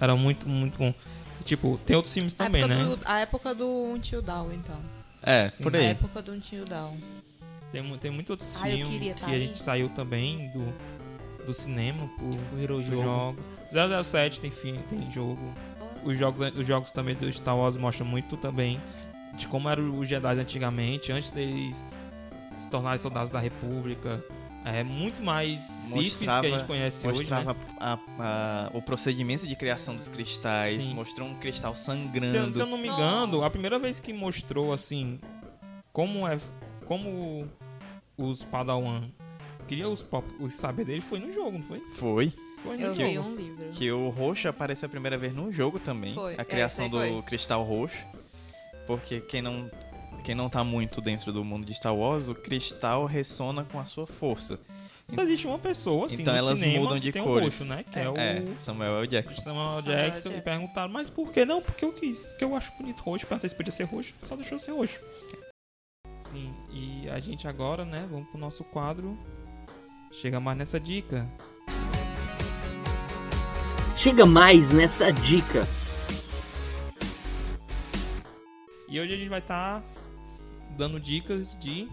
Speaker 3: Era muito, muito bom. E, tipo, tem outros filmes
Speaker 5: a
Speaker 3: também,
Speaker 5: época,
Speaker 3: né?
Speaker 5: do, a época do Until Down, então.
Speaker 4: É, por
Speaker 5: A
Speaker 4: aí.
Speaker 5: época do Until Down.
Speaker 3: Tem, mu- tem muitos outros
Speaker 5: Ah, eu
Speaker 3: filmes
Speaker 5: queria
Speaker 3: que
Speaker 5: tá
Speaker 3: a
Speaker 5: aí.
Speaker 3: gente saiu também do, do cinema, por
Speaker 6: Virou o jogo.
Speaker 3: jogos. 007 tem, fi- tem jogo. Os jogos, os jogos também do Star Wars mostram muito também de como eram os Jedi antigamente, antes deles se tornarem soldados da República. É muito mais Sith que a gente
Speaker 4: Mostrava-
Speaker 3: conhece hoje, né?
Speaker 4: Mostrava a- a- o procedimento de criação dos cristais,
Speaker 3: Sim.
Speaker 4: mostrou um cristal
Speaker 3: Se, eu-
Speaker 4: sangrando.
Speaker 3: se eu não me
Speaker 5: Não.
Speaker 3: engano, a primeira vez que mostrou assim como é como os Padawan queria os, pop- os saber dele foi no jogo, não foi?
Speaker 4: Foi.
Speaker 3: Foi no
Speaker 5: Eu
Speaker 3: jogo.
Speaker 5: vi um livro.
Speaker 4: Que o roxo apareceu a primeira vez no jogo também.
Speaker 5: Foi,
Speaker 4: A
Speaker 5: é,
Speaker 4: criação
Speaker 5: isso
Speaker 4: do
Speaker 5: aí foi.
Speaker 4: cristal roxo. Porque quem não, quem não tá muito dentro do mundo de Star Wars, o cristal ressona com a sua força.
Speaker 3: Só existe uma pessoa assim
Speaker 4: Então
Speaker 3: no
Speaker 4: elas
Speaker 3: cinema
Speaker 4: mudam de
Speaker 3: que tem um
Speaker 4: cores.
Speaker 3: roxo, né? Que é,
Speaker 5: É.
Speaker 3: o
Speaker 4: É, Samuel L. Jackson.
Speaker 3: Samuel
Speaker 5: Samuel
Speaker 3: Jackson e
Speaker 5: Jackson.
Speaker 3: perguntaram, mas por que não? Porque eu quis. Porque eu acho bonito roxo, perguntei se podia ser roxo, só deixou ser roxo. Sim, e a gente agora, né, vamos pro nosso quadro. Chega mais nessa dica.
Speaker 2: Chega mais nessa dica.
Speaker 3: E hoje a gente vai estar dando dicas de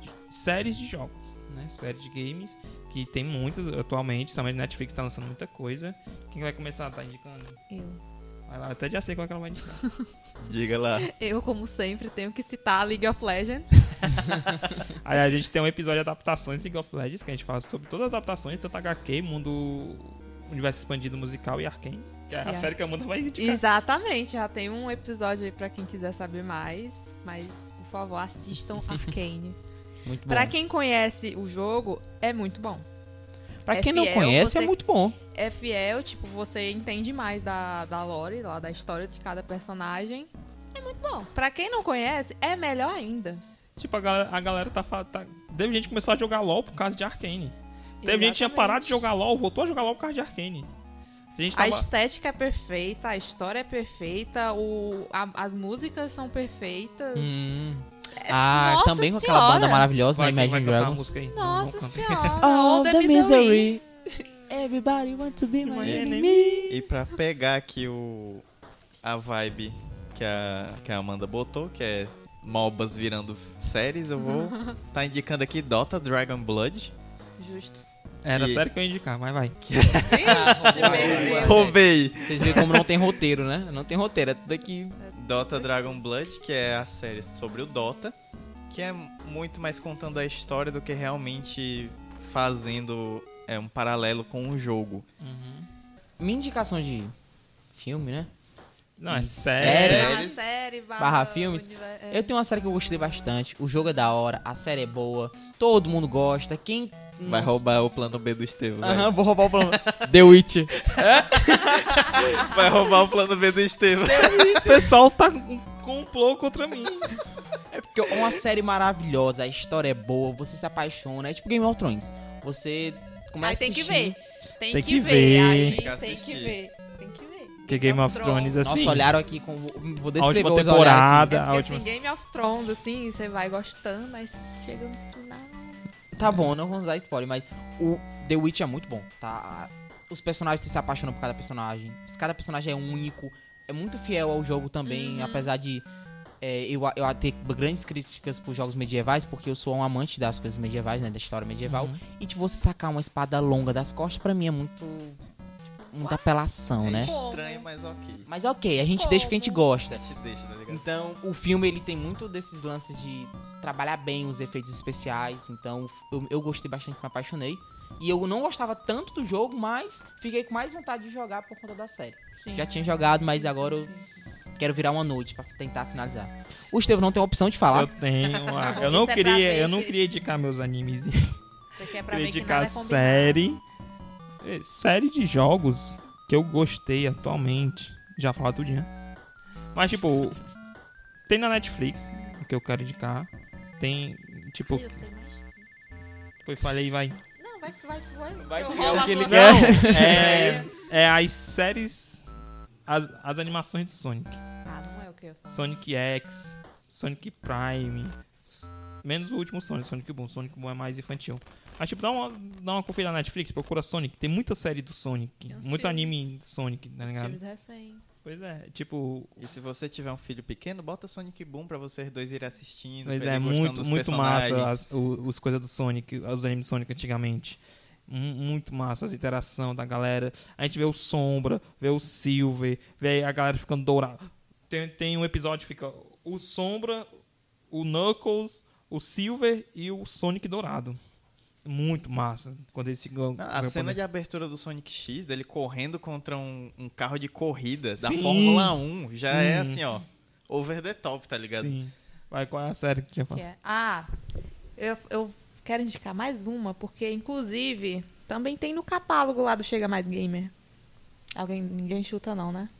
Speaker 3: de séries de jogos, né? Séries de games, que tem muitas atualmente, somente Netflix tá lançando muita coisa. Quem vai começar? Tá indicando?
Speaker 5: Eu.
Speaker 3: Vai lá, eu até já sei qual é que ela vai indicar. (laughs)
Speaker 4: Diga lá.
Speaker 5: Eu, como sempre, tenho que citar League of Legends.
Speaker 3: Aí a gente tem um episódio de adaptações de League of Legends, que a gente fala sobre todas as adaptações, tanto HQ, mundo universo expandido musical e Arkane, que é a
Speaker 5: Yeah.
Speaker 3: série que a Amanda vai indicar.
Speaker 5: Exatamente, já tem um episódio aí pra quem quiser saber mais. Mas, por favor,
Speaker 3: (laughs)
Speaker 5: assistam Arcane.
Speaker 6: Muito bom.
Speaker 5: pra quem conhece o jogo, é muito bom.
Speaker 6: Pra
Speaker 5: é
Speaker 6: quem não
Speaker 5: fiel,
Speaker 6: conhece, é
Speaker 5: você-
Speaker 6: muito bom.
Speaker 5: é fiel, tipo, você entende mais da, da lore, lá, da história de cada personagem. É muito bom. Pra quem não conhece, é melhor ainda.
Speaker 3: Tipo, a galera, a galera tá, fa- tá. Teve gente que começou a jogar LOL por causa de Arkane. Teve gente que tinha
Speaker 5: Exatamente.
Speaker 3: parado de jogar LOL, voltou a jogar LOL por causa de Arkane. A gente
Speaker 5: A
Speaker 3: tava.
Speaker 5: estética é perfeita, a história é perfeita, o, a- as músicas são perfeitas.
Speaker 3: Hum,
Speaker 6: Hum. Ah,
Speaker 5: É, Nossa
Speaker 6: também com aquela
Speaker 5: Senhora!
Speaker 6: banda maravilhosa,
Speaker 3: Vai,
Speaker 6: né?
Speaker 3: vai
Speaker 6: Imagine
Speaker 3: cantar a
Speaker 6: Dragons. (laughs)
Speaker 3: música aí. Não, não
Speaker 5: Nossa
Speaker 3: canta.
Speaker 5: senhora, all the, misery.
Speaker 6: Everybody wants to be my
Speaker 3: My
Speaker 6: enemy.
Speaker 4: E pra pegar aqui o a vibe que a, que a Amanda botou, que é MOBAs virando séries, eu
Speaker 6: (laughs)
Speaker 4: vou tá indicando aqui Dota Dragon Blood.
Speaker 3: (laughs)
Speaker 5: Justo.
Speaker 3: Era
Speaker 4: Que-
Speaker 3: sério que eu ia indicar, mas vai.
Speaker 5: Ixi, perdeu.
Speaker 4: Roubei!
Speaker 6: (laughs) Vocês viram como não tem roteiro, né? Não tem roteiro, é tudo aqui.
Speaker 4: Dota Dragon Blood, que é a série sobre o Dota, que é muito mais contando a história do que realmente fazendo é, um paralelo com o jogo.
Speaker 6: Minha indicação de filme, né?
Speaker 3: Não, é
Speaker 6: Hum,
Speaker 3: sério.
Speaker 4: sério?
Speaker 5: Barra
Speaker 4: Séries.
Speaker 5: série, barra,
Speaker 6: Barra filmes.
Speaker 5: univer- é.
Speaker 6: Eu tenho uma série que eu gostei bastante. O jogo é da hora, a série é boa, todo mundo gosta. Quem.
Speaker 4: Vai roubar o plano B do Estevão. vai.
Speaker 6: Aham, vou roubar
Speaker 3: (laughs)
Speaker 6: o plano. The Witch.
Speaker 4: Vai roubar o plano B do Estevão.
Speaker 3: O pessoal tá com complô contra mim.
Speaker 6: É porque é uma série maravilhosa, a história é boa, você se apaixona. É tipo Game of Thrones. Você começa
Speaker 5: Aí tem
Speaker 6: a
Speaker 5: que
Speaker 6: assistir.
Speaker 5: ver. Tem,
Speaker 3: Tem que
Speaker 5: que ver.
Speaker 3: ver.
Speaker 5: Aí
Speaker 4: Tem que
Speaker 5: tem que
Speaker 4: assistir.
Speaker 5: ver. Tem que ver.
Speaker 3: Porque Game of Thrones,
Speaker 5: é.
Speaker 3: assim.
Speaker 6: Nossa, olharam aqui com. Vou
Speaker 3: a
Speaker 6: descrever
Speaker 3: última
Speaker 6: os olharam aqui.
Speaker 3: temporada. A
Speaker 5: Porque assim,
Speaker 3: última...
Speaker 5: Game of Thrones, assim, você vai gostando, mas chega no final.
Speaker 6: Tá bom, não vamos dar spoiler, mas o The Witch é muito bom, tá? Os personagens se apaixonam por cada personagem. Cada personagem é único. É muito fiel ao jogo também, apesar de é, eu, a- eu a ter grandes críticas por jogos medievais, porque eu sou um amante das coisas medievais, né? Da história medieval.
Speaker 3: Uhum.
Speaker 6: E tipo, você sacar uma espada longa das costas, pra mim é muito. tipo, Muita apelação,
Speaker 4: É
Speaker 6: né?
Speaker 4: estranho, mas ok.
Speaker 6: Mas ok, a gente deixa porque a gente
Speaker 4: A
Speaker 6: gosta.
Speaker 4: gente deixa, tá ligado?
Speaker 6: Então, o filme ele tem muito desses lances de trabalhar bem os efeitos especiais. Então, eu, eu gostei bastante, me apaixonei. E eu não gostava tanto do jogo, mas fiquei com mais vontade de jogar por conta da série.
Speaker 5: Sim.
Speaker 6: Já tinha jogado, mas agora eu quero virar uma noite pra tentar finalizar. O Estevam não tem opção de falar.
Speaker 3: Eu tenho. a- Eu
Speaker 5: Isso
Speaker 3: não
Speaker 5: é pra
Speaker 3: queria,
Speaker 5: ver
Speaker 3: eu não
Speaker 5: que-
Speaker 3: queria indicar meus animes. Eu
Speaker 5: Você quer pra
Speaker 3: queria
Speaker 5: ver que nada
Speaker 3: indicar
Speaker 5: é combinado.
Speaker 3: série. eh, Série de jogos que eu gostei atualmente. Já falar tudo, né? Mas, tipo, tem na Netflix o que eu quero indicar. Tem, tipo,
Speaker 5: Ai, eu sei mais tudo.
Speaker 3: foi, falei, vai.
Speaker 5: Não, vai que tu vai, tu vai.
Speaker 6: Vai
Speaker 5: eu
Speaker 6: que é
Speaker 5: rolo
Speaker 6: o
Speaker 5: a
Speaker 6: que ele
Speaker 5: tua-
Speaker 6: quer.
Speaker 3: É, é as séries. As, as animações do Sonic.
Speaker 5: Ah, não é o que eu falo.
Speaker 3: Sonic X, Sonic Prime. s- Menos o último Sonic, Sonic Boom. Sonic Boom é mais infantil. Mas, tipo, dá uma, dá uma conferida na Netflix, procura Sonic. Tem muita série do Sonic.
Speaker 5: Tem uns
Speaker 3: Muito
Speaker 5: filmes.
Speaker 3: anime do Sonic, tá
Speaker 5: Os
Speaker 3: ligado?
Speaker 5: filmes recentes.
Speaker 3: Pois é, tipo.
Speaker 4: E se você tiver um filho pequeno, bota Sonic Boom pra vocês dois irem assistindo.
Speaker 3: Mas
Speaker 4: pra
Speaker 3: é
Speaker 4: ele gostando
Speaker 3: muito,
Speaker 4: dos
Speaker 3: muito massa
Speaker 4: personagens.
Speaker 3: as, o- os coisas do Sonic, os animes do Sonic antigamente. Mu- Muito massa as interações da galera. A gente vê o Sombra, vê o Silver, vê a galera ficando dourada. Tem, tem um episódio que fica o Sombra, o Knuckles, o Silver e o Sonic dourado. Muito massa. Quando eles ficam.
Speaker 4: Não, Ah, a cena é
Speaker 3: quando-
Speaker 4: de abertura do Sonic X, dele correndo contra um, um carro de corrida da
Speaker 3: Sim.
Speaker 4: Fórmula 1, já é
Speaker 3: Sim.
Speaker 4: assim, ó, over the top, tá ligado?
Speaker 3: Sim. Vai, qual é a série que tinha
Speaker 5: Que
Speaker 3: falado?
Speaker 5: é. Ah, eu, eu quero indicar mais uma, porque inclusive também tem no catálogo lá do Chega Mais Gamer. Alguém, ninguém chuta não, né?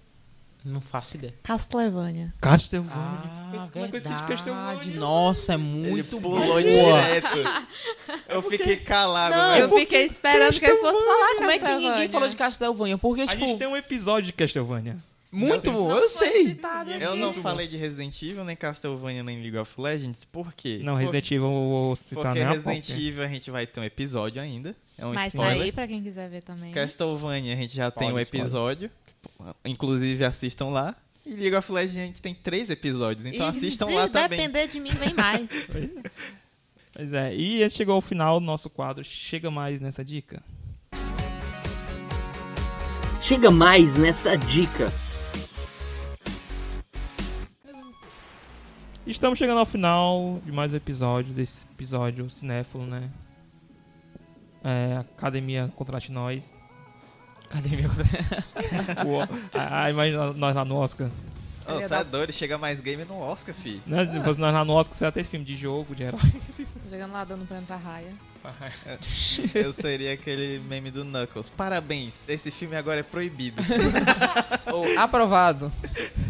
Speaker 6: Não faço ideia.
Speaker 5: Castlevania.
Speaker 4: Ah.
Speaker 3: Castlevania. Eu sei como é que eu assisti
Speaker 6: verdade.
Speaker 3: Castlevania.
Speaker 6: Nossa, é
Speaker 4: Ele
Speaker 6: muito boa.
Speaker 4: pulou direto. Eu fiquei calado,
Speaker 5: Não,
Speaker 4: velho.
Speaker 5: eu fiquei esperando que ele fosse falar
Speaker 6: Como é que
Speaker 5: Castlevania.
Speaker 6: ninguém falou de Castlevania? Porque,
Speaker 3: A gente
Speaker 6: tipo,
Speaker 3: tem um episódio de Castlevania.
Speaker 6: muito
Speaker 5: Não
Speaker 6: boa, eu
Speaker 5: foi
Speaker 6: sei.
Speaker 5: citado
Speaker 4: Eu
Speaker 5: aqui.
Speaker 4: não falei de Resident Evil, nem Castlevania, nem League of Legends, por quê?
Speaker 3: Não, Resident Evil eu vou citar né?
Speaker 4: Porque
Speaker 3: nem a
Speaker 4: Resident
Speaker 3: pouco.
Speaker 4: Evil a gente vai ter um episódio ainda. É um
Speaker 5: Mas tá
Speaker 4: spoiler.
Speaker 5: aí pra quem quiser ver também. né?
Speaker 4: Castlevania a gente já tem um
Speaker 3: Spoiler, spoiler.
Speaker 4: episódio. Inclusive assistam lá. E League of Legends a gente tem três episódios, então
Speaker 5: E
Speaker 4: assistam
Speaker 5: se
Speaker 4: lá também.
Speaker 5: depender de mim, vem mais.
Speaker 3: Pois é, e esse chegou ao final do nosso quadro. Chega mais nessa dica.
Speaker 2: Chega mais nessa dica.
Speaker 3: Estamos chegando ao final de mais um episódio, desse episódio cinéfilo, né? É, Academia Contrate Nós. (laughs)
Speaker 6: Academia contra
Speaker 3: O- a- a- Imagina nós lá no Oscar.
Speaker 4: Ô, Você é doido, chega mais game no Oscar, fi.
Speaker 3: Né? Se fosse nós lá no Oscar, seria até esse filme de jogo, de herói.
Speaker 5: Chegando lá dando prêmio pra raia.
Speaker 4: Eu seria aquele meme do Knuckles. Parabéns, esse filme agora é proibido.
Speaker 6: Ou aprovado.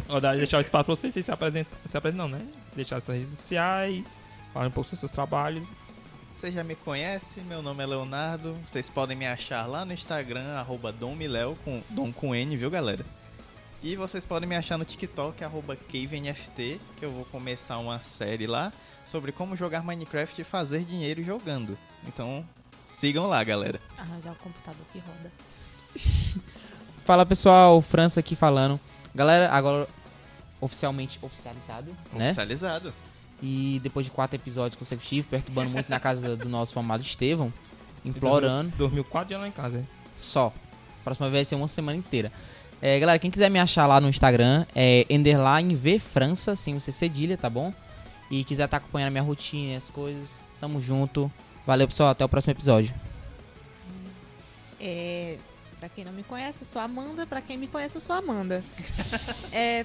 Speaker 3: Vou dar- deixar o espaço pra vocês, vocês se apresentam. Se apresentam, não, né? Deixar suas redes sociais, falar um pouco sobre seus trabalhos.
Speaker 4: Você já me conhece, meu nome é Leonardo. Vocês podem me achar lá no Instagram, arroba DomMileo, com Dom com N, viu galera? E vocês podem me achar no TikTok, arroba CaveNFT, que eu vou começar uma série lá sobre como jogar Minecraft e fazer dinheiro jogando. Então, Sigam lá, galera.
Speaker 5: Arranjar o computador que roda.
Speaker 6: Fala pessoal, França aqui falando. Galera, agora oficialmente oficializado, né?
Speaker 4: Oficializado.
Speaker 6: E depois de quatro episódios consecutivos, perturbando muito na casa do nosso amado (laughs) Estevão, implorando.
Speaker 3: Então, Dormiu quatro dias lá em casa. é.
Speaker 6: Só. Próxima vez vai ser uma semana inteira. É, galera, quem quiser me achar lá no Instagram é underline V França, sem o C cedilha, tá bom? E quiser estar acompanhando a minha rotina, as coisas, tamo junto. Valeu, pessoal, até o próximo episódio.
Speaker 5: É, pra quem não me conhece, eu sou Amanda. Pra quem me conhece, eu sou Amanda. É,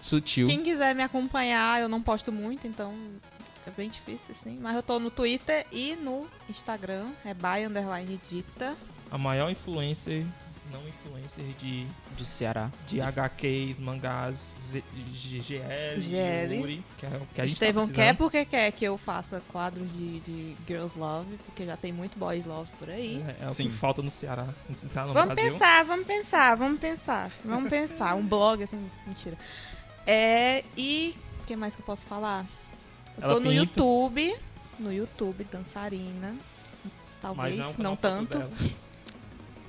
Speaker 6: Sutil.
Speaker 5: Quem quiser me acompanhar, eu não posto muito, então é bem difícil, assim. Mas eu tô no Twitter e no Instagram, é by underline dicta.
Speaker 3: A maior influencer, não influencer de,
Speaker 6: Do Ceará.
Speaker 3: de HQs, mangás, Z- G- GL,
Speaker 5: GL.
Speaker 3: Yuri, que é o que a gente tá
Speaker 5: Estevão
Speaker 3: precisando.
Speaker 5: quer porque quer que eu faça quadros de, de Girls Love, porque já tem muito Boys Love por aí.
Speaker 3: É, é o
Speaker 4: Sim.
Speaker 3: que falta no Ceará, no, Ceará, no
Speaker 5: Vamos
Speaker 3: Brasil.
Speaker 5: pensar, vamos pensar, vamos pensar, vamos pensar. Um blog, assim, mentira. É, e o que mais que eu posso falar? Eu
Speaker 3: Ela
Speaker 5: tô no
Speaker 3: pinta.
Speaker 5: YouTube, no YouTube, dançarina. Talvez,
Speaker 3: Mas é um
Speaker 5: não
Speaker 3: canal próprio
Speaker 5: tanto.
Speaker 3: dela.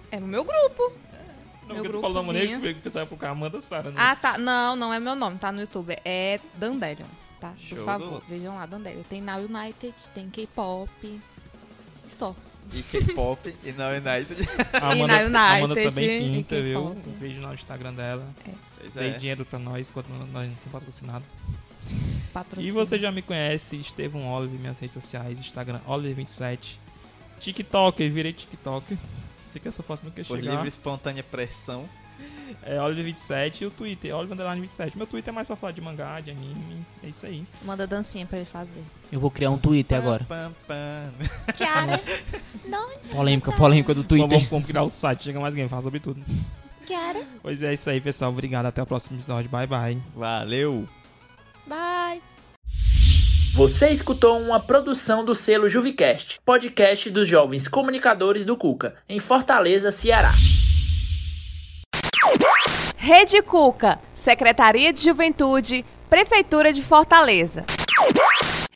Speaker 5: É no meu grupo. Meu
Speaker 3: Não, porque tu falou da maneira
Speaker 5: grupozinho.
Speaker 3: que eu pensava por Amanda Sara. né?
Speaker 5: Ah, tá. Não, não é meu nome, tá no YouTube. É Dandelion, tá?
Speaker 4: Show
Speaker 5: Por
Speaker 4: do
Speaker 5: favor,
Speaker 4: outro.
Speaker 5: vejam lá, Dandelion. Tem na United, tem K-pop. Só.
Speaker 4: E K-pop e na United.
Speaker 3: A
Speaker 5: E
Speaker 3: Amanda,
Speaker 5: na
Speaker 3: a
Speaker 5: United,
Speaker 3: Amanda também
Speaker 5: e
Speaker 3: pinta, eu
Speaker 5: K-pop.
Speaker 3: vejo lá no Instagram dela.
Speaker 4: Pois
Speaker 3: Dei
Speaker 4: é.
Speaker 3: dinheiro pra nós quando nós não somos patrocinados.
Speaker 5: Patrocínio.
Speaker 3: E você já me conhece, Estevão Oliver, minhas redes sociais, Instagram Oliver27, TikTok, eu virei TikTok. Sei que essa foto nunca
Speaker 4: Por
Speaker 3: chegar.
Speaker 4: livre e espontânea pressão.
Speaker 3: É Oliver27 e o Twitter, Oliver27. Meu Twitter é mais pra falar de mangá, de anime, é isso aí.
Speaker 5: Manda dancinha pra ele fazer.
Speaker 6: Eu vou criar um Twitter agora.
Speaker 4: Pam, pam, pam.
Speaker 5: Kiara,
Speaker 3: (laughs)
Speaker 6: Polêmica, polêmica do
Speaker 3: Vamos,
Speaker 6: Twitter.
Speaker 3: vamos, vamos criar o site, chega mais game, fala sobre tudo.
Speaker 5: Kiara.
Speaker 3: Hoje é isso aí, pessoal. Obrigado, até o próximo episódio. Bye, bye.
Speaker 4: Valeu!
Speaker 5: Bye.
Speaker 1: Você escutou uma produção do selo Juvicast, podcast dos jovens comunicadores do Cuca, em Fortaleza, Ceará.
Speaker 7: Rede Cuca, Secretaria de Juventude, Prefeitura de Fortaleza.